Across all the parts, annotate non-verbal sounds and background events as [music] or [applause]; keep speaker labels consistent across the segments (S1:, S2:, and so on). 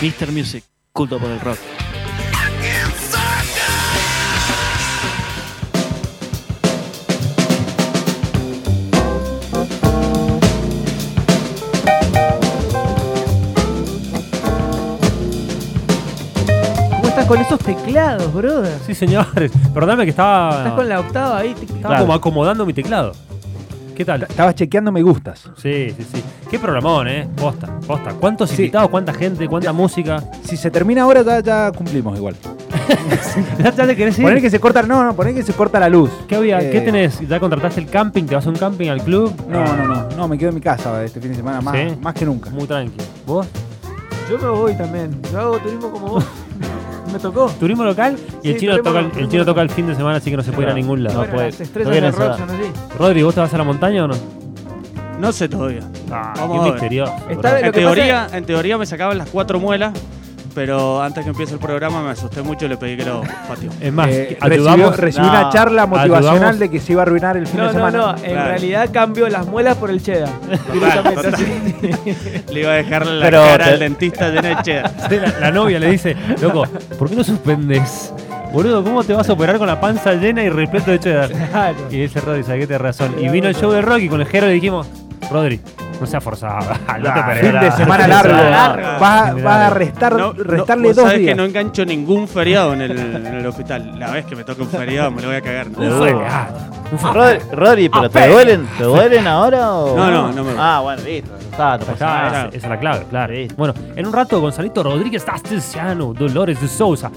S1: Mr. Music, culto por el rock.
S2: ¿Cómo estás con esos teclados, brother?
S3: Sí, señores. [laughs] Perdóname que estaba.
S2: Estás con la octava ahí.
S3: Estaba
S1: Claro.
S3: como acomodando mi teclado. ¿Qué tal?
S4: Estabas chequeando me gustas.
S3: Sí, sí, sí. Qué programón, ¿eh? Posta, posta. ¿Cuántos
S4: Sí.
S3: invitados, cuánta gente, cuánta música?
S4: Si se termina ahora, ya, ya cumplimos igual.
S3: ¿Ya, ya te querés ir?
S4: Poner que se corta. No, no, poner que se corta la luz.
S3: ¿Qué, había,
S4: Eh,
S3: ¿Qué tenés? ¿Ya contrataste el camping? ¿Te vas a un camping al club?
S4: No, no, no. No, me quedo en mi casa este fin de semana más,
S3: ¿Sí?
S4: más que nunca.
S3: Muy tranquilo. ¿Vos?
S2: Yo me voy también. Yo hago turismo como
S4: [laughs]
S2: vos. me tocó.
S3: Turismo local y el
S2: Sí,
S3: chino
S2: turismo
S3: toca
S2: local,
S3: el, el chino toca el fin de semana, así que no se puede ir a ningún lado.
S2: Bueno,
S4: pues,
S3: puede.
S2: las estrellas
S3: No
S2: de
S3: viene
S2: rock
S3: sola.
S2: son así.
S3: Rodri, ¿vos te vas a la montaña o no?
S1: No sé todavía.
S3: Ah,
S1: Vamos a
S3: qué
S1: ver.
S3: misterioso.
S2: Está
S3: bro.
S2: Lo
S1: En
S2: que
S1: teoría, en teoría me sacaban las cuatro muelas, pero antes que empiece el programa me asusté mucho y le pedí que lo
S2: [laughs]
S1: pateó.
S3: Es más,
S4: Eh,
S3: que
S4: recibió
S3: ayudamos.
S4: recibió
S1: no,
S4: una charla motivacional
S3: ayudamos.
S4: de que se iba a arruinar el fin
S2: No,
S4: de
S2: no,
S4: semana.
S2: no. En
S1: Claro.
S2: realidad cambió las muelas por el [laughs] cheddar.
S1: Total,
S2: Directamente,
S1: [laughs]
S2: así.
S1: Le iba a dejar la
S3: Pero
S1: cara
S3: te-
S1: al dentista llena de cheddar.
S3: la, la novia le dice, loco, ¿por qué no suspendes? Boludo, ¿cómo te vas a operar con la panza llena y repleto de cheddar?
S2: Claro.
S3: Y dice Rodri, sabés que tenés razón. Y vino el show de Rocky con el Jero y dijimos, Rodri, no seas forzado. [laughs] No te
S4: Ah,
S3: perdés
S4: fin
S3: nada.
S4: de semana
S3: Fin de
S4: largo.
S3: semana
S1: largo.
S4: Vas, a-
S3: Fin de
S4: vas a
S3: largo.
S4: restar,
S1: No, no,
S4: restarle
S1: vos
S4: dos
S1: sabés que
S4: días. Eh,
S1: no engancho ningún feriado en el, en el hospital. La vez que me toque un feriado me lo voy a cagar.
S3: Un
S1: ¿no?
S3: feriado. Un feriado.
S5: Rodri, Rodri, pero ¿te duelen? ¿Te duelen ahora o.?
S1: No, no, no me duele.
S5: Ah, bueno, listo. ya Está,
S3: Ya
S5: no pasa
S3: está,
S5: nada.
S3: esa,
S1: Claro.
S3: esa es la clave, claro. Bueno, en un rato Gonzalito Rodríguez Astesiano, Dolores de Sousa.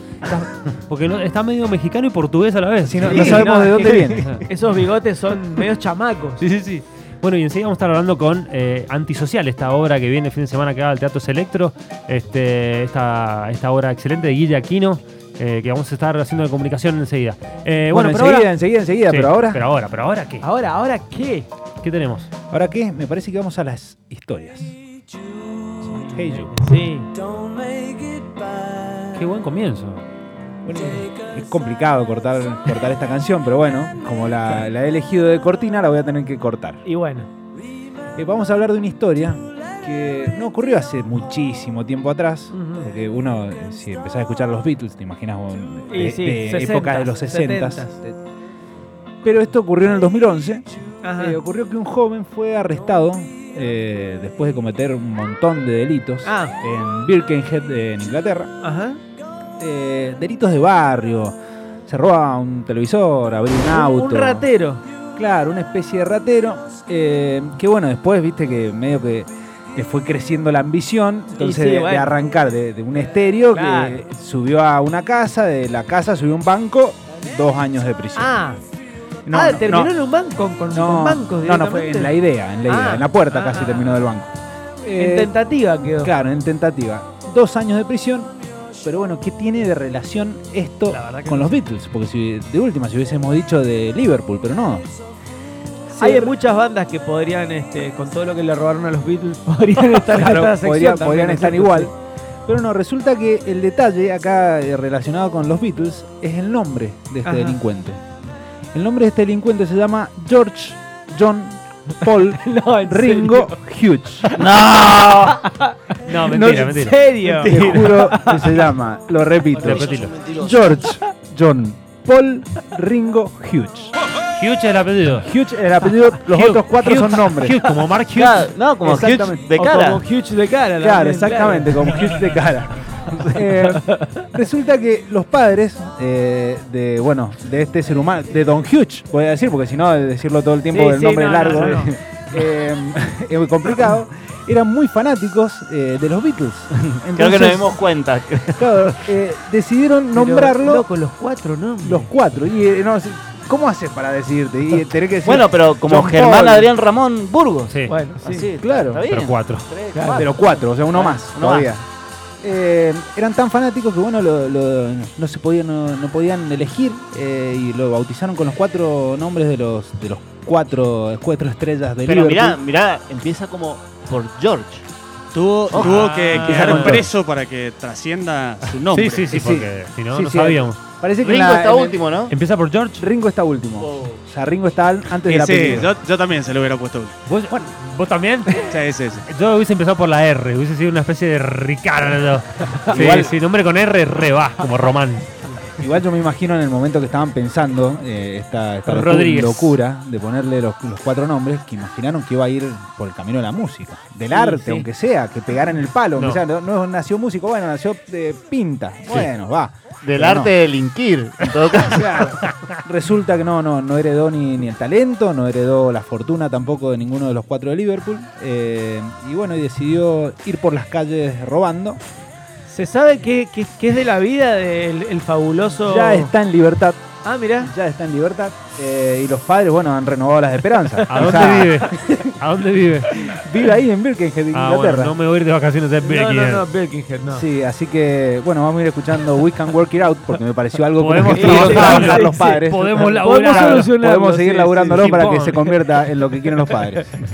S3: Porque no- está medio mexicano y portugués a la vez.
S4: Si no,
S2: Sí,
S4: no sabemos
S2: no,
S4: de
S2: es
S4: dónde
S2: que-
S4: viene.
S2: [laughs] Esos bigotes son medios chamacos.
S3: Sí, sí, sí. Bueno, y enseguida vamos a estar hablando con eh, Antisocial, esta obra que viene el fin de semana acá al Teatro Selectro, este, esta, esta obra excelente de Guille Aquino, eh, que vamos a estar haciendo de comunicación enseguida. Eh, bueno, pero
S4: bueno, enseguida,
S3: ahora,
S4: enseguida, enseguida,
S3: Sí,
S4: pero ahora.
S3: Pero ahora, pero ahora, ¿qué?
S2: Ahora, ¿ahora qué?
S3: ¿Qué tenemos?
S4: ¿Ahora qué? Me parece que vamos a las historias. Hey you.
S2: Sí.
S3: Qué buen comienzo.
S4: Bueno, es complicado cortar, cortar esta canción, pero bueno, como la, la he elegido de cortina, la voy a tener que cortar.
S2: Y bueno,
S4: Eh, vamos a hablar de una historia que no ocurrió hace muchísimo tiempo atrás,
S2: Ujú.
S4: porque uno, eh, si empezás a escuchar los Beatles, te imaginas bueno, de,
S2: Y sí,
S4: de
S2: 60s,
S4: época de los 60.
S2: 70s.
S4: Pero esto ocurrió en el 2011.
S2: Ajá.
S4: Eh, ocurrió que un joven fue arrestado eh, después de cometer un montón de delitos
S2: Ah.
S4: en Birkenhead, en Inglaterra.
S2: Ajá.
S4: eh, delitos de barrio. Se roba un televisor, abrió un auto.
S2: Un ratero.
S4: Claro, una especie de ratero. eh, que bueno, después viste que medio que le fue creciendo la ambición. Entonces,
S2: sí,
S4: de, de
S2: bueno.
S4: arrancar de, de un estéreo
S2: Claro.
S4: que subió a una casa, de la casa subió a un banco, dos años de prisión.
S2: Ah,
S4: No,
S2: ah
S4: no,
S2: terminó
S4: no.
S2: en un banco, con, con
S4: No,
S2: bancos
S4: no, no, fue en la
S2: directamente.
S4: idea, en la idea,
S2: Ah,
S4: en la puerta
S2: ah,
S4: casi
S2: ah,
S4: terminó del banco.
S2: En
S4: Eh,
S2: tentativa quedó.
S4: Claro, en tentativa. Dos años de prisión. Pero bueno, ¿qué tiene de relación esto
S2: La verdad que
S4: con los Beatles? Porque si de última, si hubiésemos dicho de Liverpool, pero no.
S2: Hay muchas bandas que podrían, este, con todo lo que le robaron a los Beatles, [laughs] podrían estar en
S4: Claro,
S2: esta sección
S4: podrían,
S2: también,
S4: podrían
S2: ¿no es
S4: estar
S2: cierto?
S4: igual. Pero no, resulta que el detalle acá eh, relacionado con los Beatles es el nombre de este
S2: Ajá.
S4: delincuente. El nombre de este delincuente se llama George John Paul
S2: [laughs] No, [laughs] en
S4: Ringo
S2: [laughs]
S4: Hughes.
S5: ¡No!
S3: No,
S2: serio. No,
S3: mentira,
S2: en
S3: mentira.
S2: serio.
S4: Te juro que se llama, lo repito,
S3: Repetilo.
S4: George John Paul Ringo Hughes.
S3: Huge es el apellido.
S4: Hughes el apellido, los
S3: Hugh,
S4: otros cuatro
S3: Hugh,
S4: son nombres.
S3: Hugh, como Mark Hughes.
S5: Claro, no, como
S4: Exactamente.
S5: Hughes de
S2: O
S5: cara.
S2: Como Hughes de cara. la
S4: Claro,
S2: verdad,
S4: exactamente, como Hughes
S2: [laughs]
S4: de cara. Eh, resulta que los padres eh, de bueno de este ser humano, de Don Hughes, voy a decir, porque si no decirlo todo el tiempo
S2: Sí,
S4: del
S2: sí,
S4: nombre
S2: no, no,
S4: largo
S2: no, no.
S4: eh, [laughs] es muy complicado, eran muy fanáticos eh, de los
S2: [laughs]
S4: Beatles.
S5: Creo que
S4: Entonces,
S5: nos dimos cuenta.
S4: claro, eh, decidieron
S2: Pero,
S4: nombrarlo
S2: Loco, los cuatro nombres.
S4: los cuatro. Y eh, no, ¿cómo haces para decidirte? Y eh, tenés que decir,
S5: Bueno, pero como
S4: John
S5: Germán
S4: Paul.
S5: Adrián Ramón Burgos.
S3: Sí,
S2: Bueno, sí.
S5: Así,
S4: claro.
S5: Está bien.
S3: pero cuatro.
S5: Tres,
S4: Claro,
S5: cuatro.
S4: pero cuatro, o sea, uno más
S5: uno
S4: todavía. Eh, eran tan fanáticos que bueno, lo- lo- no se podían, no, no podían elegir eh, y lo bautizaron con los cuatro nombres de los de los cuatro, cuatro estrellas de
S5: Pero
S4: Liverpool.
S5: mirá, mirá, empieza como por George.
S1: Tuvo, tuvo que
S3: Ah,
S1: quedar
S4: bueno.
S1: preso para que trascienda su nombre.
S3: Sí, sí, sí,
S4: Sí.
S3: porque si no,
S4: Sí,
S3: no
S4: sí.
S3: sabíamos.
S4: Parece que en
S5: Ringo
S4: la-
S5: está
S4: en el-
S5: último, ¿no?
S3: Empieza por George.
S4: Ringo está último. O sea, Ringo está al- antes de la
S1: Ese,
S4: película.
S1: yo, yo también se lo hubiera puesto.
S3: Vos- ¿Vos también?
S1: Sí, sí, sí.
S3: Yo hubiese empezado por la R, hubiese sido una especie de [laughs] Ricardo. Sí,
S4: Igual-
S3: sí, nombre con R, Reba, como Román.
S4: Igual yo me imagino en el momento que estaban pensando eh, esta, esta locu-
S3: Rodríguez.
S4: locura de ponerle los, los cuatro nombres, que imaginaron que iba a ir por el camino de la música, del arte,
S2: sí.
S4: aunque sea, que pegaran el palo, aunque
S3: No.
S4: sea, no, no nació músico, bueno, nació eh, pinta, bueno, va. Pero
S5: Del
S4: no.
S5: arte de linquir, en todo caso.
S4: O sea, resulta que no, no, no heredó ni, ni el talento, no heredó la fortuna tampoco de ninguno de los cuatro de Liverpool. eh, y bueno, y decidió ir por las calles robando.
S2: ¿Se sabe qué, qué- qué es de la vida del el fabuloso?
S4: Ya está en libertad,
S2: Ah, mirá.
S4: ya está en libertad. eh, y los padres, bueno, han renovado las esperanzas.
S3: ¿A
S4: O
S3: dónde
S4: sea,
S3: vive? [laughs] ¿A dónde vive?
S4: Vive ahí en Birkenhead,
S3: Ah,
S4: Inglaterra.
S3: bueno, no me voy a ir de vacaciones eh, de
S2: No,
S3: Birkin.
S2: no, no, Birkenhead, no.
S4: Sí, así que bueno, vamos a ir escuchando We Can Work It Out porque me pareció algo como
S3: Podemos
S4: que quisieron
S2: trabajar,
S4: trabajar
S2: sí,
S4: los
S2: sí,
S4: padres.
S3: podemos
S4: Claro,
S3: laburar.
S4: podemos seguir
S2: solucionarlo,
S4: laburándolo
S2: sí, sí.
S4: para que
S3: Ping-pong.
S4: [laughs] se convierta en lo que quieren los padres.